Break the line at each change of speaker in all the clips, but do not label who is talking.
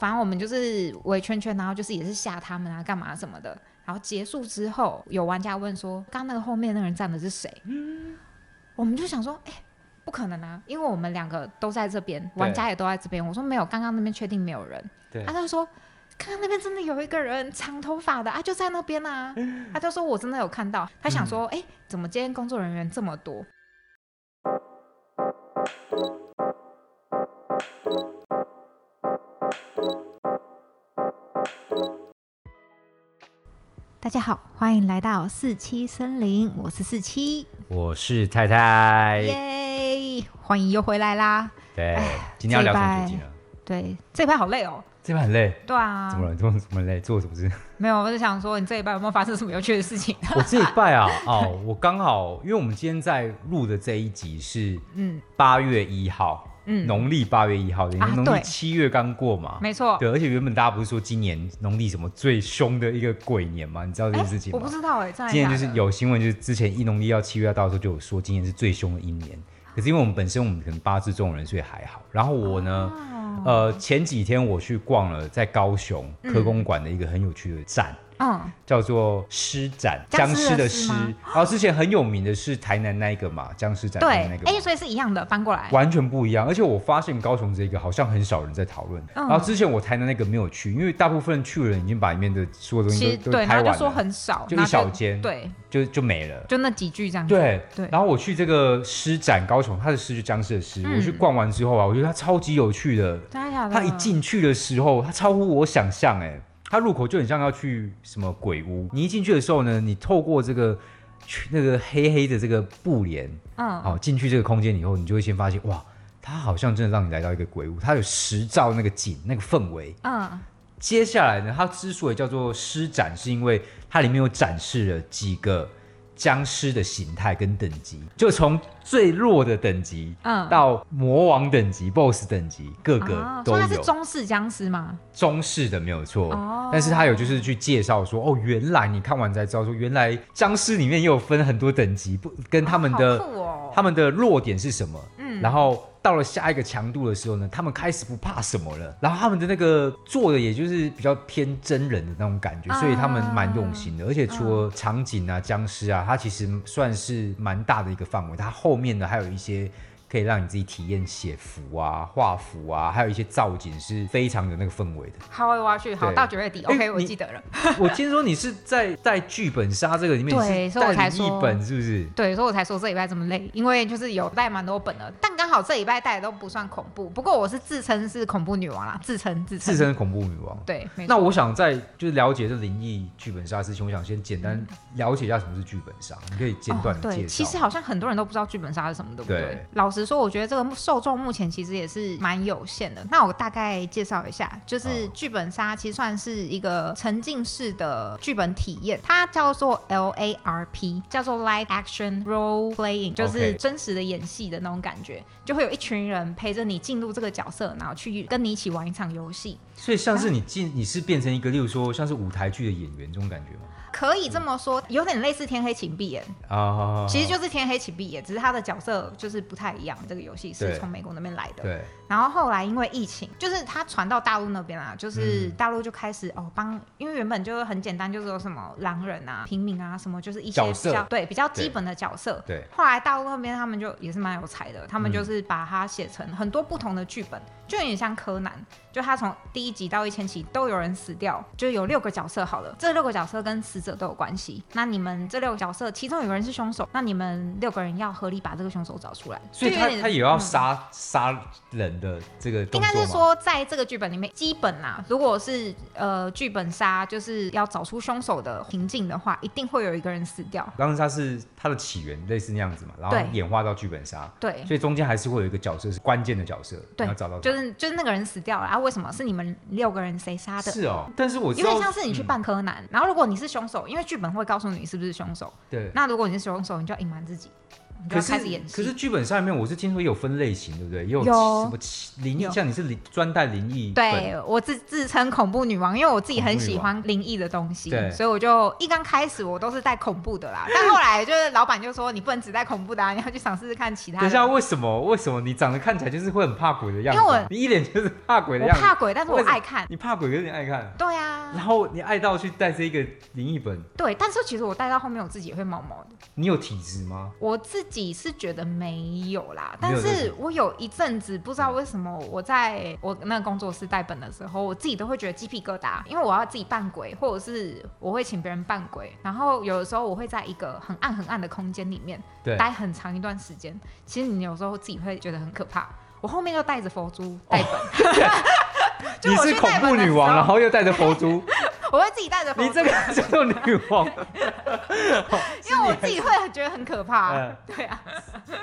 反正我们就是围圈圈，然后就是也是吓他们啊，干嘛什么的。然后结束之后，有玩家问说：“刚刚那个后面那个人站的是谁？”我们就想说：“哎、不可能啊，因为我们两个都在这边，玩家也都在这边。”我说：“没有，刚刚那边确定没有人。”
对
啊，他就说：“刚刚那边真的有一个人，长头发的啊，就在那边 啊。”他就说：“我真的有看到。”他想
嗯
说：“哎、怎么今天工作人员这么多？”大家好，欢迎来到四七森林，我是四七，
我是太太，
耶，欢迎又回来啦。
对
哎，
今天要聊
这
什
一
么
拜
主题呢？
对，这一拜好累哦。
这边很累，
对啊，
怎么了？怎么怎么累？做了 什么事？
没有，我是想说，你这一拜有没有发生什么有趣的事情？
我这一拜啊，哦，我刚好，因为我们今天在录的这一集是
嗯，
八月一号，
嗯
农历八月一号，等
啊
于农历
对
七月刚过嘛。
没错。
对，而且原本大家不是说今年农历什么最凶的一个鬼年吗？你知道这
哎，
件事情
我
吗？
不知道哎、真的
今年就
假
是
的
有新闻，就是之前一农历要七月要到的时候就有说，今年是最凶的一年。可是因为我们本身我们可能八字重的人，所以还好。然后我呢，
哦嗯
呃，前几天我去逛了在高雄科公馆的一个很有趣的站。
嗯，
叫做尸展，
僵
僵
尸
尸
的
的
尸
尸
吗。
然后之前很有名的是台南那一个嘛，僵尸展
对
台南那，个
哎、
嘛，
所以是一样的，翻过来。
完全不一样。而且我发现高雄这个好像很少人在讨论。
嗯
然后之前我台南那个没有去，因为大部分去的人已经把里面的所有东
其
西
实
都都
对，
拍
他
完
就
了，
说很少，
就
然
一
后
小间，，
对，
就就没了。
就那几句这样子。
对
对
然后我去这个诗展高雄，它的诗就僵尸的诗，
嗯
我去逛完之后啊，我觉得它超级有趣的。
真的假的？
它一进去的时候，它超乎我想象哎，它入口就很像要去什么鬼屋。你一进去的时候呢，你透过这个去那个黑黑的这个布帘，
嗯，
好进去这个空间以后，你就会先发现哇，它好像真的让你来到一个鬼屋，它有十兆那个景那个氛围。
嗯，
接下来呢，它之所以叫做尸展，是因为它里面有展示了几个僵尸的形态跟等级，就从最弱的等级，
嗯
到魔王等级、BOSS 等级，各个
啊
都
所以
有。
他是中式僵尸嘛？
中式的没有错，
哦
但是它有就是去介绍说，哦，原来你看完才知道说，哦原来僵尸里面也有分很多等级，不跟他们的、
好酷哦
他们的弱点是什么？
嗯
然后到了下一个强度的时候呢，他们开始不怕什么了。然后他们的那个做的也就是比较偏真人的那种感觉，
啊嗯
所以他们蛮用心的。而且除了场景啊、僵尸啊，它其实算是蛮大的一个范围。它后面呢还有一些。可以让你自己体验写符啊、画符啊，还有一些造景是非常有那个氛围的。
好，我要去，好，
对
到九月底
哎
，OK，我
你
记得了。
我听说你是在在剧本杀这个里面，
对
你是
所以我
带
才
领一
说
本是不是？
对，所以我才说这礼拜这么累，因为就是有带蛮多本的，但刚好这礼拜带的都不算恐怖。不过我是自称是恐怖女王啦，自称自称
自身恐怖女王。
对， 没
那
错。
我想在就是了解这灵异剧本杀之前，我想先简单了解一下什么是剧本杀，你可以简短
哦
的
对，
介
其实
绍。
好像很多人都不知道剧本杀是什么，对不对？
对
老实说，我觉得这个受众目前其实也是蛮有限的。那我大概介绍一下，就是
哦
剧本杀其实算是一个沉浸式的剧本体验，它叫做 L A R P，叫做 Live Action Role Playing，就是
OK
真实的演戏的那种感觉，就会有一群人陪着你进入这个角色，然后去跟你一起玩一场游戏。
所以像是你进，你是变成一个，例如说像是舞台剧的演员这种感觉吗？
可以这么说，有点类似《天黑请闭眼》，
啊好，好 好
其实就是《天黑请闭眼》，只是他的角色就是不太一样。这个游戏是
对
从美国那边来的，
对
然后后来因为疫情，就是它传到大陆那边啊，
嗯
就是大陆就开始、哦帮，因为原本就是很简单，就是有什么狼人啊、平民啊什么，就是一些
角
比
色
较对比较
对
基本的角色。
对
后来大陆那边他们就也是蛮有才的，他们
嗯
就是把它写成很多不同的剧本，就有点像柯南，就他从第一集到一千集都有人死掉，就有六个角色好了，这六个角色跟死者都有关系。那你们这六个角色其中有个人是凶手，那你们六个人要合力把这个凶手找出来。
所以
就有
他
点
他也要
嗯
杀杀人的这个
应
动
该
作
是
吗？
说，在这个剧本里面，基本啦，如果是呃剧本杀，就是要找出凶手的情境的话，一定会有一个人死掉。
狼人杀是它的起源类似那样子嘛，然后
对
演化到剧本杀，
对
所以中间还是会有一个角色是关键的角色，你
对
要找到，他
就是就是那个人死掉了啊？为什么是你们六个人谁杀的？
是哦，但是我知
因
道
为像是你去扮柯南，然后如果你是凶手，因为剧本会告诉你是不是凶手，
对
那如果你是凶手，你就要隐瞒自己。你就
可
要
是
开始演戏。
可是剧本上面我是听说有分类型，对不对？也有
有
什么奇灵异，
有
像你是灵专带灵异本，
对我自自称恐怖女王，因为我自己很喜
恐
欢灵异的东西
对，
所以我就一刚开始我都是带恐怖的 啦，但后来就是老板就说你不能只带恐怖的、啊， 你要去尝试试看其他的。
等一下，为什么？为什么你长得看起来就是会很怕鬼的样
因为
子
我？
你一脸就是怕鬼的
我
样子。
怕鬼，但是我
为什么
爱看。
你怕鬼，可是你爱看，
对
然
啊，
后你爱到去带这个灵异本，
对，但是其实我带到后面我自己也会毛毛的，
你有体质吗？
我自己是觉得没有啦，
没
但
有
是我有一阵子不知道为什么我在我那个工作室带本的时候，我自己都会觉得鸡皮疙瘩，因为我要自己扮鬼，或者是我会请别人扮鬼，然后有的时候我会在一个很暗很暗的空间里面
对，
待很长一段时间，其实你有时候自己会觉得很可怕。我后面又带着佛珠带本， 就
哦你
我去
是恐
带
怖
本的
女
时
王，
候
然后又带着佛珠，
我会自己带着佛
你
珠，
这 个叫做女王。
因为我 自己会很觉得很可怕。
嗯
对 啊，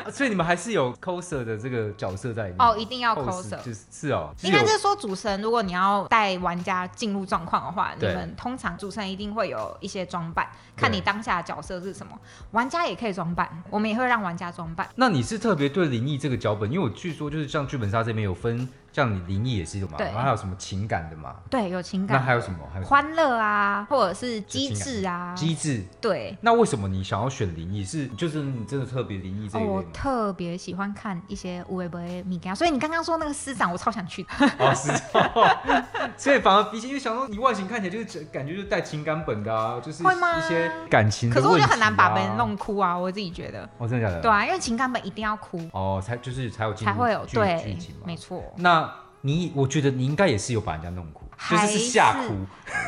所以你们还是有 coser 的这个角色在里面
哦，一定要 coser
是。就是是哦，
应该是说主持人，如果你要带玩家进入状况的话，你
对
们通常主持人一定会有一些装扮，看
对
你当下的角色是什么。玩家也可以装扮，我们也会让玩家装扮。
那你是特别对灵异这个脚本，因为我据说就是像剧本杀这边有分，像你灵异也是一种嘛，
对
然后还有什么情感的嘛，
对，有情
那
感，
还有什么？还有什么
欢乐啊，或者是机智啊，
机制？
对。
那为什么你想要选灵异？是就是你真的特别灵异这
哦，
一类
我
吗？
特别喜欢看一些无为不为米啊家，所以你刚刚说那个师长，我超 想去的。
哦，是哦，所以反而比起，因为想说你外形看起来就是感觉就是带情感本的啊，就是
会吗
一些感情的
可是我
问
就
题啊
很难把别人弄哭啊，我自己觉得。
哦，真的假的？
对啊，因为情感本一定要哭
哦，才就是才有进入
才会有
剧剧
对
情，嘛
没。错。
那你我觉得你应该也是有把人家弄哭，就是
还
是吓
是
哭，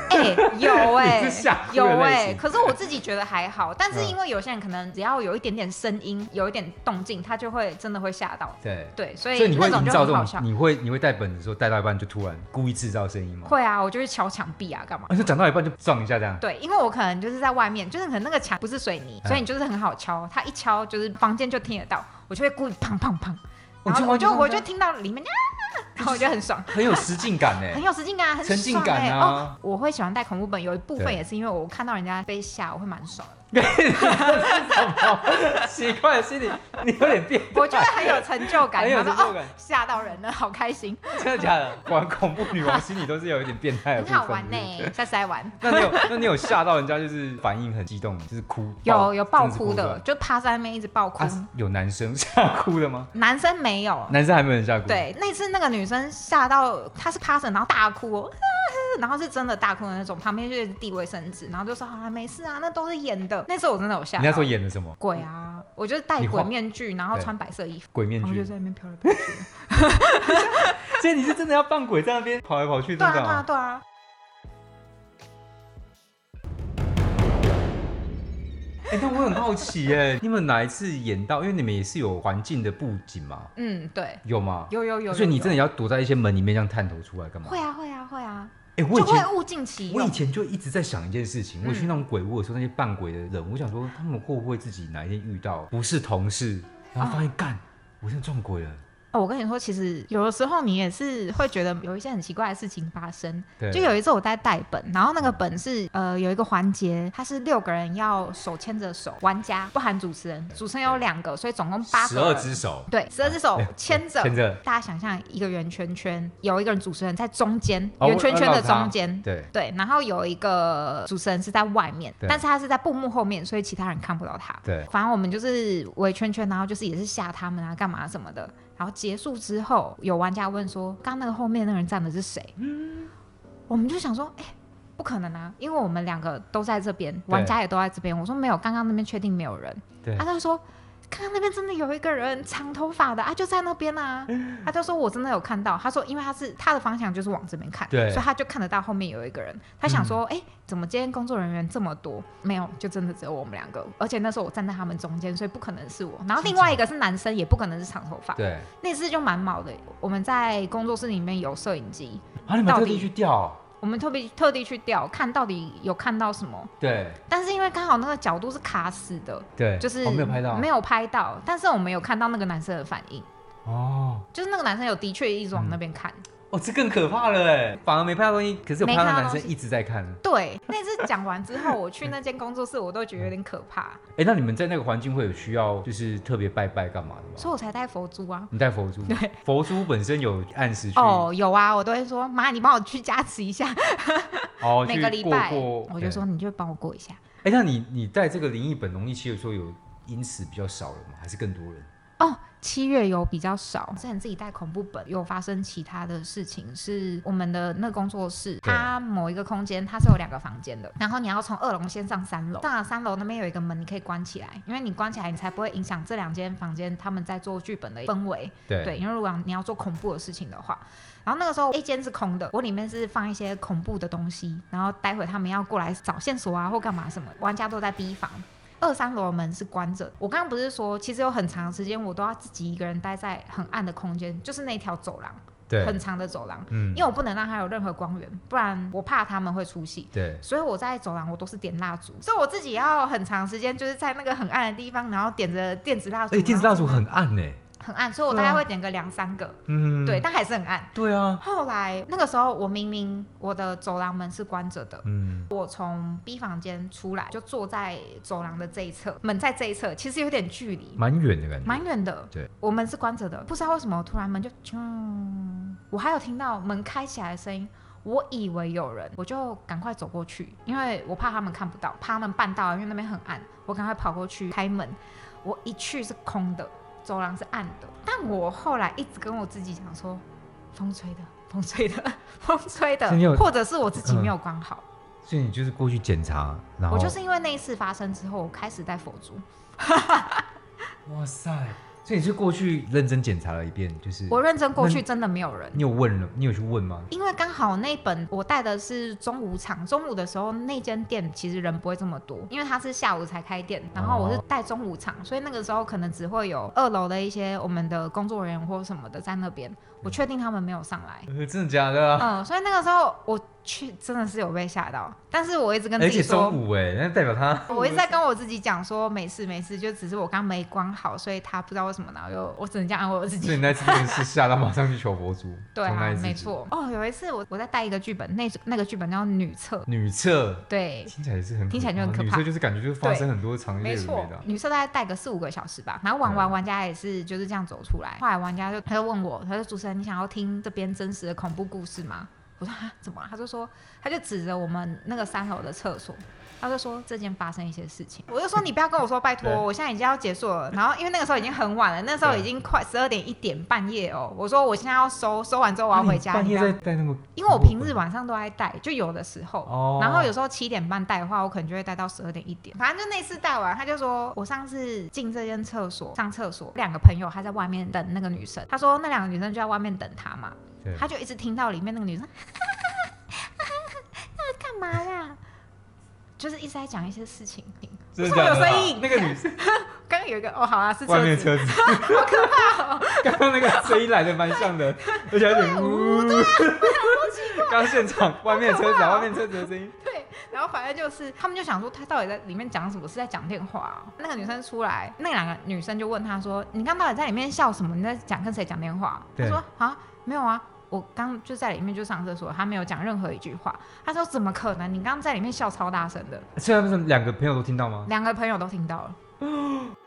哎、有哎、
你是吓哭的
有
类
哎、
型
可是我自己觉得还好，但是
嗯
因为有些人可能只要有一点点声音，有一点动静，他就会真的会吓到。
对。
对，所以
所以你会
那种
营
就
造
很
这
好
种
笑，。
你会你会带本的时候带到一半就突然故意制造声音吗？
会啊，我就去敲墙壁啊，干嘛？
而且哦讲到一半就撞一下这样。
对，因为我可能就是在外面，就是可能那个墙不是水泥，
嗯
所以你就是很好敲，它一敲就是房间就听得到，我就会故意砰砰砰，
哦
然后
就
我就
完全放
我
开
就听到里面啊，然后我就很爽，
很有实境感
很
呢，
有实劲感，很
沉浸
爽
感
哎
啊
哦，我会喜欢带恐怖本，有一部分
对
也是因为我看到人家被吓，我会蛮爽的。
奇怪，心里你有点变态，
我觉得很有成就感，
很有
然后
成
说
就
哦，
感，
吓到人了，好开心，
真的假 的？果然恐怖女王心里都是有一点变态
很
的部分。
好玩呢、下次再玩。
那你有那你有吓到人家就是反应很激动，就是哭，
有有爆
真是
哭的，就趴在那边一直爆哭
出来。，啊，有男生吓哭的 吗？
男生没有。
男生还没有人吓哭。，
对，那次那个女生吓到，她是趴着，然后大哭、哦， 然后是真的大哭的那种，旁边就是递卫生纸，然后就说啊没事啊，那都是演的。那次我真的有吓
你
到。
那时候演的什么？
鬼啊，我就是戴
你
鬼
画
面具，然后
对
穿白色衣服，
鬼面
然后就
具。
在那边飘来 飘去。
所以你是真的要扮鬼在那边跑来跑去
对
那
啊
种
对啊
啊？
对啊。
哎，但我很好奇耶， 你们哪一次演到？因为你们也是有环境的布景嘛，
嗯，对，
有吗？
有有有有。
所以你
有
真的要躲在一些门里面，这样探头出来干嘛？
会啊会啊会啊，
哎，我以
就
前
会物尽其
我
用
以。前就一直在想一件事情，
嗯
我去那种鬼屋的时候，那些扮鬼的人，我想说他们会不会自己哪一天遇到不是同事，然后发现干，我真的撞鬼了。
哦，我跟你说，其实有的时候你也是会觉得有一些很奇怪的事情发生。
对，嗯
就有一次我在带本，然后那个本是呃有一个环节，它是六个人要手牵着手，玩家不含主持人，主持人有两个，所以总共八个
十
人。
二只手
对，十二只手牵着。
牵着，
大家想象一个圆圈圈，有一个人主持人在中间，
哦
圆圈圈
我
的
知道他
中间。
对，
对，然后有一个主持人是在外面，
对
但是他是在布幕后面，所以其他人看不到他。
对
反正我们就是围圈圈，然后就是也是吓他们啊，干嘛什么的。然后结束之后，有玩家问说：“刚刚那个后面那个人站的是谁？”
嗯
我们就想说：“哎、不可能啊，因为我们两个都在这边，玩家也都在这边。”我说：“没有，刚刚那边确定没有人。”
对
啊，他就说。刚刚那边真的有一个人长头发的啊，就在那边啊。他就说我真的有看到，他说因为他是他的方向就是往这边看，
对
所以他就看得到后面有一个人。他
嗯
想说，哎、怎么今天工作人员这么多？没有，就真的只有我们两个。而且那时候我站在他们中间，所以不可能是我。然后另外一个是男生，也不可能是长头发。
对，
那次就蛮毛的。我们在工作室里面有摄影机，
啊，你们
到
特
底
地去钓，
我们特别特地去调看到底有看到什么，
对
但是因为刚好那个角度是卡死的，
对，
就是、
哦没有拍到，
没有拍到。但是我们有看到那个男生的反应，
哦，
就是那个男生有的确一直往那边看。
哦，这更可怕了哎，反而没拍到东西，可是有
没
拍到
看到
男生
东西
一直在看。啊
对，那次讲完之后，我去那间工作室，我都觉得有点可怕，
哎、那你们在那个环境会有需要就是特别拜拜干嘛的
所 以
吗？
我才带佛珠啊。
你带佛珠，对，佛珠本身有暗示去
哦，有啊，我都会说妈，你帮我去加持一下，
哦
每
去
个礼
过
拜，
过
我就说
对
你就帮我过一下。
哎、那你你带这个灵异本农历七的时候，有因此比较少了吗？还是更多人？
哦，七月有比较少，之前自己带恐怖本，有发生其他的事情，是我们的那工作室，它某一个空间它是有两个房间的，然后你要从二楼先上三楼，上了三楼那边有一个门，你可以关起来，因为你关起来，你才不会影响这两间房间他们在做剧本的氛围。
对
对，因为如果你要做恐怖的事情的话，然后那个时候一间是空的，我里面是放一些恐怖的东西，然后待会他们要过来找线索啊或干嘛什么，玩家都在 B 房。二三楼的门是关着的。我刚刚不是说，其实有很长的时间我都要自己一个人待在很暗的空间，就是那条走廊，
对
很，长的走廊，
嗯
因为我不能让它有任何光源，不然我怕他们会出戏。
对，
所以我在走廊我都是点蜡烛，所以我自己要很长时间就是在那个很暗的地方，然后点着电子蜡烛。
而且哎电子蜡烛
然后
很啊暗呢、
很暗，所以我大概会点个两三个，
嗯，
对，但还是很暗。
对啊，
后来那个时候，我明明我的走廊门是关着的，
嗯，
我从 B 房间出来，就坐在走廊的这一侧，门在这一侧，其实有点距离，
蛮远的感觉，
蛮远的。
对，
我门是关着的，不知道为什么突然门就啾，我还有听到门开起来的声音。我以为有人，我就赶快走过去，因为我怕他们看不到，怕他们绊到，因为那边很暗。我赶快跑过去开门，我一去是空的，走廊是暗的。但我后来一直跟我自己讲说，风吹的，风吹的， 风吹的
所以你有，
或者是我自己没有关好。
所以你就是过去检查，嗯然后
我就是因为那一次发生之后，我开始戴佛珠。
哇塞，所以你是过去认真检查了一遍，就是
我认真过
那
去，真的没有人。
你有问了，你有去问吗？
因为刚好那本我带的是中午场，中午的时候那间店其实人不会这么多，因为它是下午才开店，然后我是带中午场，所以那个时候可能只会有二楼的一些我们的工作人员或什么的在那边，我
嗯
确定他们没有上来。
呃，真的假的、啊？
嗯，所以那个时候我去真的是有被吓到，但是我一直跟自
而
己
且
说
中，午哎，那代 表他
我一直在跟我自己讲说没事没事，就只是我刚没关好，所以他不知道为什么，然后又我只能这样安慰我自己
所以。你那次真的是吓到，马上去求佛珠。
对
从那
啊
一次，
没
起。
错。哦，有一次我我在带一个剧本，那那个剧本叫女厕，
女厕
对，
听起来也是很
听起来就很可怕
女厕就是感觉就是发生很多常
没
见的嗯
错
味道，。
女生大概带个四五个小时吧，然后玩
对
完玩家也是就是这样走出来。后来玩家就他就问我，他说主持人你想要听这边真实的恐怖故事吗？我说啊怎么了？他就说他就指着我们那个三楼的厕所。他就说这间发生一些事情，我就说你不要跟我说拜托，
对
我现在已经要结束了。然后因为那个时候已经很晚了，那时候
对
已经快十二点一点半夜哦。我说我现在要收，收完之后我
那
要
你
回家。
半
你
夜
不要
在带那么，
因为我平日晚上都爱带，就有的时候，
哦
然后有时候七点半带的话，我可能就会带到十二点一点。反正就那次带完，他就说我上次进这间厕所上厕所，两个朋友他在外面等那个女生，他说那两个女生就在外面等他嘛，
对
他就一直听到里面那个女生， 那干嘛呀？就是一直在讲一些事情。
真的假
为
的
什么有声音
那个 女生
刚刚有一个哦，好啊，是
外
车
面的
子，
车子，好可
哦
怕！刚刚那个声音来的蛮像的，而且还有点呜。刚现场外面的车子，啊
哦
外面车子的声音，
对，然后反正就是他们就想说他到底在里面讲什么，是在讲电话啊、那个女生出来，那两个女生就问他说：“你刚到底在里面笑什么？你在讲跟谁讲电话？”他
对
说：“啊，没有啊。”我刚就在里面就上厕所，他没有讲任何一句话。他说：“怎么可能？你刚刚在里面笑超大声的，
虽然不是两个朋友都听到吗？
两个朋友都听到了。”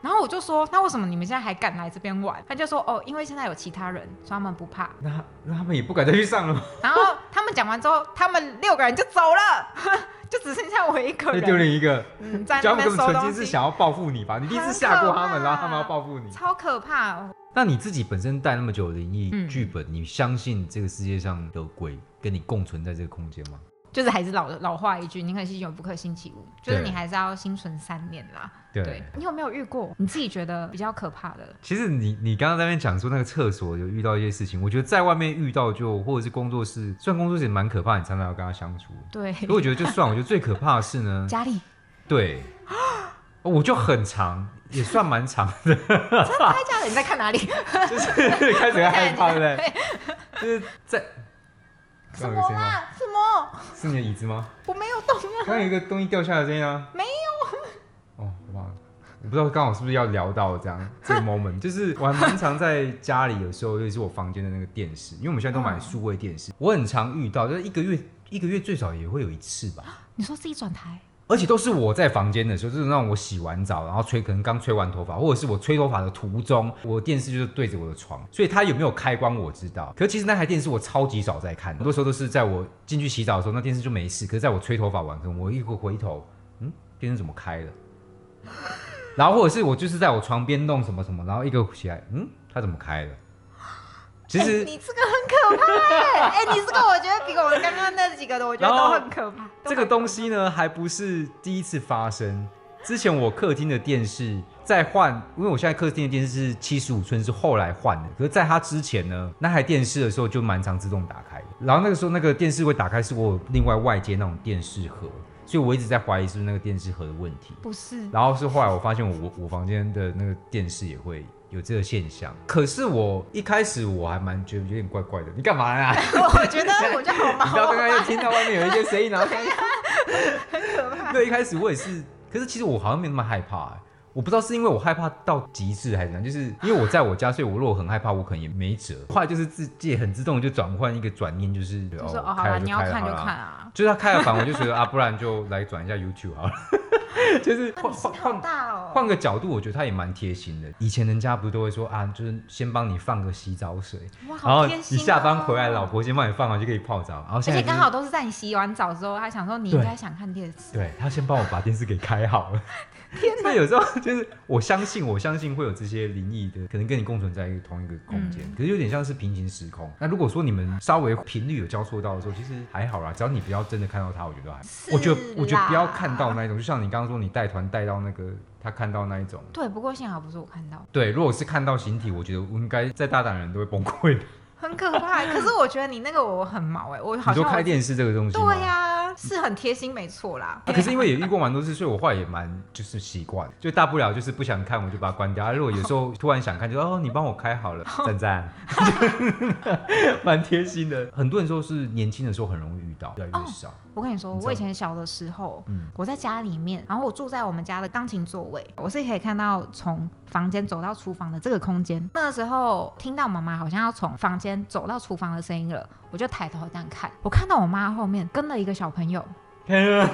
然后我就说：“那为什么你们现在还敢来这边玩？”他就说：“哦，因为现在有其他人，所以他们不怕。”
那他那他们也不敢再去上了吗，
然后他们讲完之后，他们六个人就走了， 就只剩下我一个
就丢
人。
脸一个。
嗯，在
就
那
他们
边
根
收
本
东
纯心是
西，
想要报复你吧？你第一次吓过他们，
很可怕
然后他们要报复你。
超可怕哦。
那你自己本身带那么久的灵异
嗯
剧本，你相信这个世界上有鬼跟你共存在这个空间吗？
就是还是老老话一句，宁可信其有，不可信其无。就是
对
你还是要心存善念啦。
对。
你有没有遇过你自己觉得比较可怕的？
其实你你刚刚在那边讲说那个厕所有遇到一些事情，我觉得在外面遇到就或者是工作室，虽然工作室也蛮可怕，你常常要跟他相 处。
对，
可我觉得就算，我觉得最可怕的是 呢，
家 里
对，哦我就很长，也算蛮长的，
开家里你在看 哪里？
就是开始会害怕对不对？
对，
就是在
什
刚刚
么啊
有声音吗？
啦？什么？
是你的椅子吗？
我没有动啊。
刚刚有一个东西掉下来的声音啊。
没
有。哦，我忘了。我不知道刚好是不是要聊到这样这个 moment，就是我还蛮常在家里，有时候尤其是我房间的那个电视，因为我们现在都买数位电视，我很常遇到，就是一个月一个月最少也会有一次吧，
你说自己转台，
而且都是我在房间的时候，就是让我洗完澡，然后吹，可能刚吹完头发，或者是我吹头发的途中，我电视就是对着我的床，所以它有没有开关我知道，可是其实那台电视我超级少在看，很多时候都是在我进去洗澡的时候，那电视就没事，可是在我吹头发完，可能我一回回头，嗯，电视怎么开了？然后或者是我就是在我床边弄什么什么，然后一个起来，嗯，它怎么开了？其
哎
实
你这个很可怕哎、哎你这个我觉得比我刚刚那几个的，我觉得
然后
都很可怕。
这个东西呢，还不是第一次发生。之前我客厅的电视在换，因为我现在客厅的电视是七十五寸，是后来换的。可是在它之前呢，那台电视的时候就蛮常自动打开的。然后那个时候那个电视会打开，是我有另外外接那种电视盒，所以我一直在怀疑是不是那个电视盒的问题。
不是，
然后是后来我发现我我房间的那个电视也会有这个现象。可是我一开始我还蛮觉得有点怪怪的，你干嘛啊呀、
我觉得我觉得好
你不要
毛哦
刚刚又听到外面有一些声音，然后
啊很可怕。
对，一开始我也是，可是其实我好像没那么害怕、欸，我不知道是因为我害怕到极致还是怎样，就是因为我在我家，所以我如果很害怕，我可能也没辙。后来就是自己也很自动地就转换一个转念，就是就
就说哦，好
开
了，
了
你
就
要
开了，
看就
好啦
看啊。
就是他开了房，我就觉得啊，不然就来转一下 YouTube 好了， 就是换换
好
换
大哦，
换个角度，我觉得他也蛮贴心的。以前人家不都会说啊，就是先帮你放个洗澡水，
哇，
然后
好贴心、啊哦
你下班回来，老。婆先帮你放好就可以泡澡，然后
而
现在、
且
就是、
刚好都是在你洗完澡之后，他想说你应
对
该想看电视，
对他先帮我把电视给开好 了。天所以有时候就是我相信，我相信会有这些灵异的，可能跟你共存在一个同一个空间，
嗯
可是有点像是平行时空。那如果说你们稍微频率有交错到的时候，其实还好啦，只要你不要真的看到他，我觉得还。
是
我觉得我觉得不要
啦
看到那一种，就像你刚刚说，你带团带到那个他看到那一种。
对，不过幸好不是我看到，
对，如果是看到形体，我觉得我应该再大胆的人都会崩溃。
很可 怕。可是我觉得你那个我很毛哎、我好
你
像
说
我
开电视这个东西吗，
对呀、是很贴心，没错啦。
啊可是因为也遇过蛮多次，所以我后来也蛮就是习惯，就大不了就是不想看我就把它关掉。啊、如果有时候突然想看就，说哦你帮我开好了，赞赞， 蛮贴心的。很多人说是年轻的时候很容易遇到，越来越少。
我跟你说，
你知道
我以前小的时候，
嗯
我在家里面，然后我住在我们家的钢琴座位，我是可以看到从房间走到厨房的这个空间。那个时候听到妈妈好像要从房间走到厨房的声音了，我就抬头这样看，我看到我妈后面跟了一个小朋友，
天啊，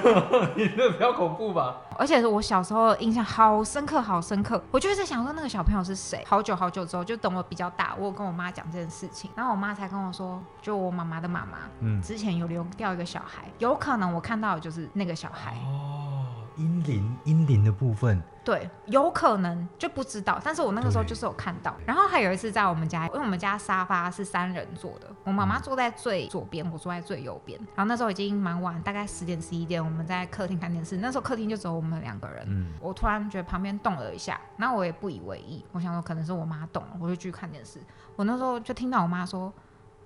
你这比较恐怖吧？
而且我小时候印象好深刻，好深刻。我就是在想说那个小朋友是谁。好久好久之后，就等我比较大，我有跟我妈讲这件事情，然后我妈才跟我说，就我妈妈的妈妈
嗯，
之前有流掉一个小孩，有可能我看到的就是那个小孩。
哦，阴灵阴灵的部分，
对，有可能就不知道，但是我那个时候
对
就是有看到。然后还有一次在我们家，因为我们家沙发是三人坐的，我妈妈坐在最左边，我坐在最右边。然后那时候已经蛮晚，大概十点十一点，我们在客厅看电视。那时候客厅就只有我们两个人。
嗯，
我突然觉得旁边动了一下，那我也不以为意，我想说可能是我妈动了，我就继续看电视。我那时候就听到我妈说：“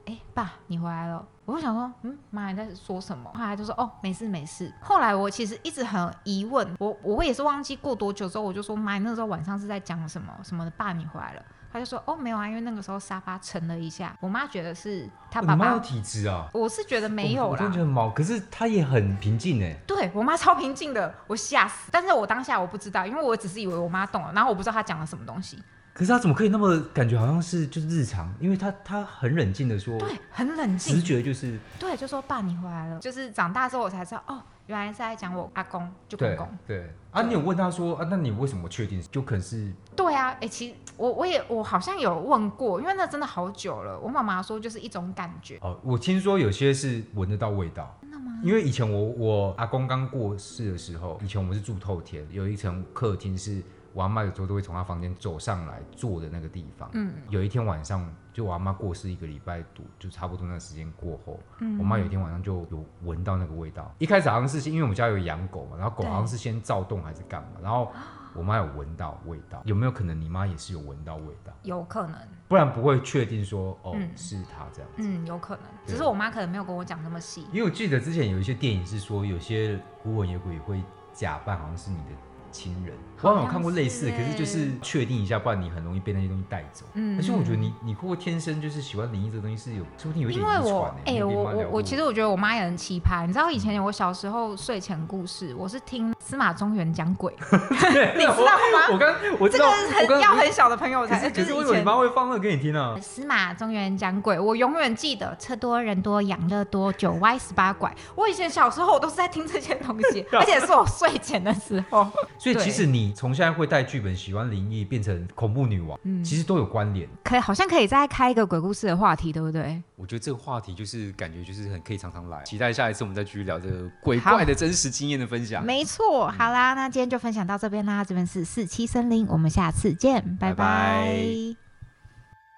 哎、爸，你回来了。”我就想说：“嗯，妈你在说什么？”后来就说：“哦，没事没事。”后来我其实一直很疑问，我我也是忘记过多久之后，我就说：“妈，你那时候晚上是在讲什么什么的？爸，你回来了。”她就说：“哦，没有啊，因为那个时候沙发沉了一下。”我妈觉得是她
你
爸
妈
爸，
有体质啊？
我是觉得没有
我真的
啦
觉。得很毛，可是他也很平静哎。
对我妈超平静的，我吓死。但是我当下我不知道，因为我只是以为我妈懂了，然后我不知道她讲了什么东西。
可是他怎么可以那么感觉好像是就是日常？因为他他很冷静的说，
对，很冷
直
静。
觉就是
对，就说爸，你回来了。就是长大之后我才知道，哦，原来是在讲我阿公，就公公。
对啊，你有问他说啊，那你为什么确定？就可能是
对啊，哎、其实我我也我好像有问过，因为那真的好久了。我妈妈说就是一种感觉，
哦，我听说有些是闻得到味道。真的吗？因为以前我我阿公刚过世的时候，以前我们是住透天，有一层客厅是我阿妈有时候都会从她房间走上来坐的那个地方。
嗯
有一天晚上，就我阿妈过世一个礼拜多，就差不多那时间过后，
嗯
我妈有一天晚上就有闻到那个味道。一开始好像是因为我们家有养狗嘛，然后狗
对
好像是先躁动还是干嘛，然后我妈有闻到味道，有没有可能你妈也是有闻到味道？
有可能，
不然不会确定说哦、
嗯
是他这样。
嗯，有可能，只是
对
我妈可能没有跟我讲那么细。
因为我记得之前有一些电影是说，有些孤魂野鬼会假扮好像是你的亲人。我
好
好像有
像
看过类似的，
是
可是就是
欸
确定一下，不然你很容易被那些东西带走。
嗯
而且我觉得你，你会不会天生就是喜欢灵异这个东西是有，说不定有一
因
点遗
为
传
我
哎、
哎、
你有
我
跟你妈聊
我
过
我其实我觉得我妈也很奇葩，你知道以前我小时候睡前故事，我是听司马中原讲 鬼，
对
你知道吗？
我刚我知
这个
道，我
很
刚
要很小的朋友
可
才，
是
就
可是
是
我
以
以为你
前
妈会放那个给你听啊。
司马中原讲鬼，我永远记得车多人多羊乐多九歪十八拐。我以前小时候我都是在听这些东 西，而且是我睡前的时候。
所以
对
其实你从现在会带剧本，喜欢灵异，变成恐怖女王，
嗯
其实都有关联。
可好像可以再开一个鬼故事的话题，对不对？
我觉得这个话题就是感觉就是很可以常常来，期待下一次我们再继续聊这个鬼怪的真实经验的分享。
没错，好啦，那今天就分享到这边啦。这边是四七森林，我们下次见，拜
拜拜
拜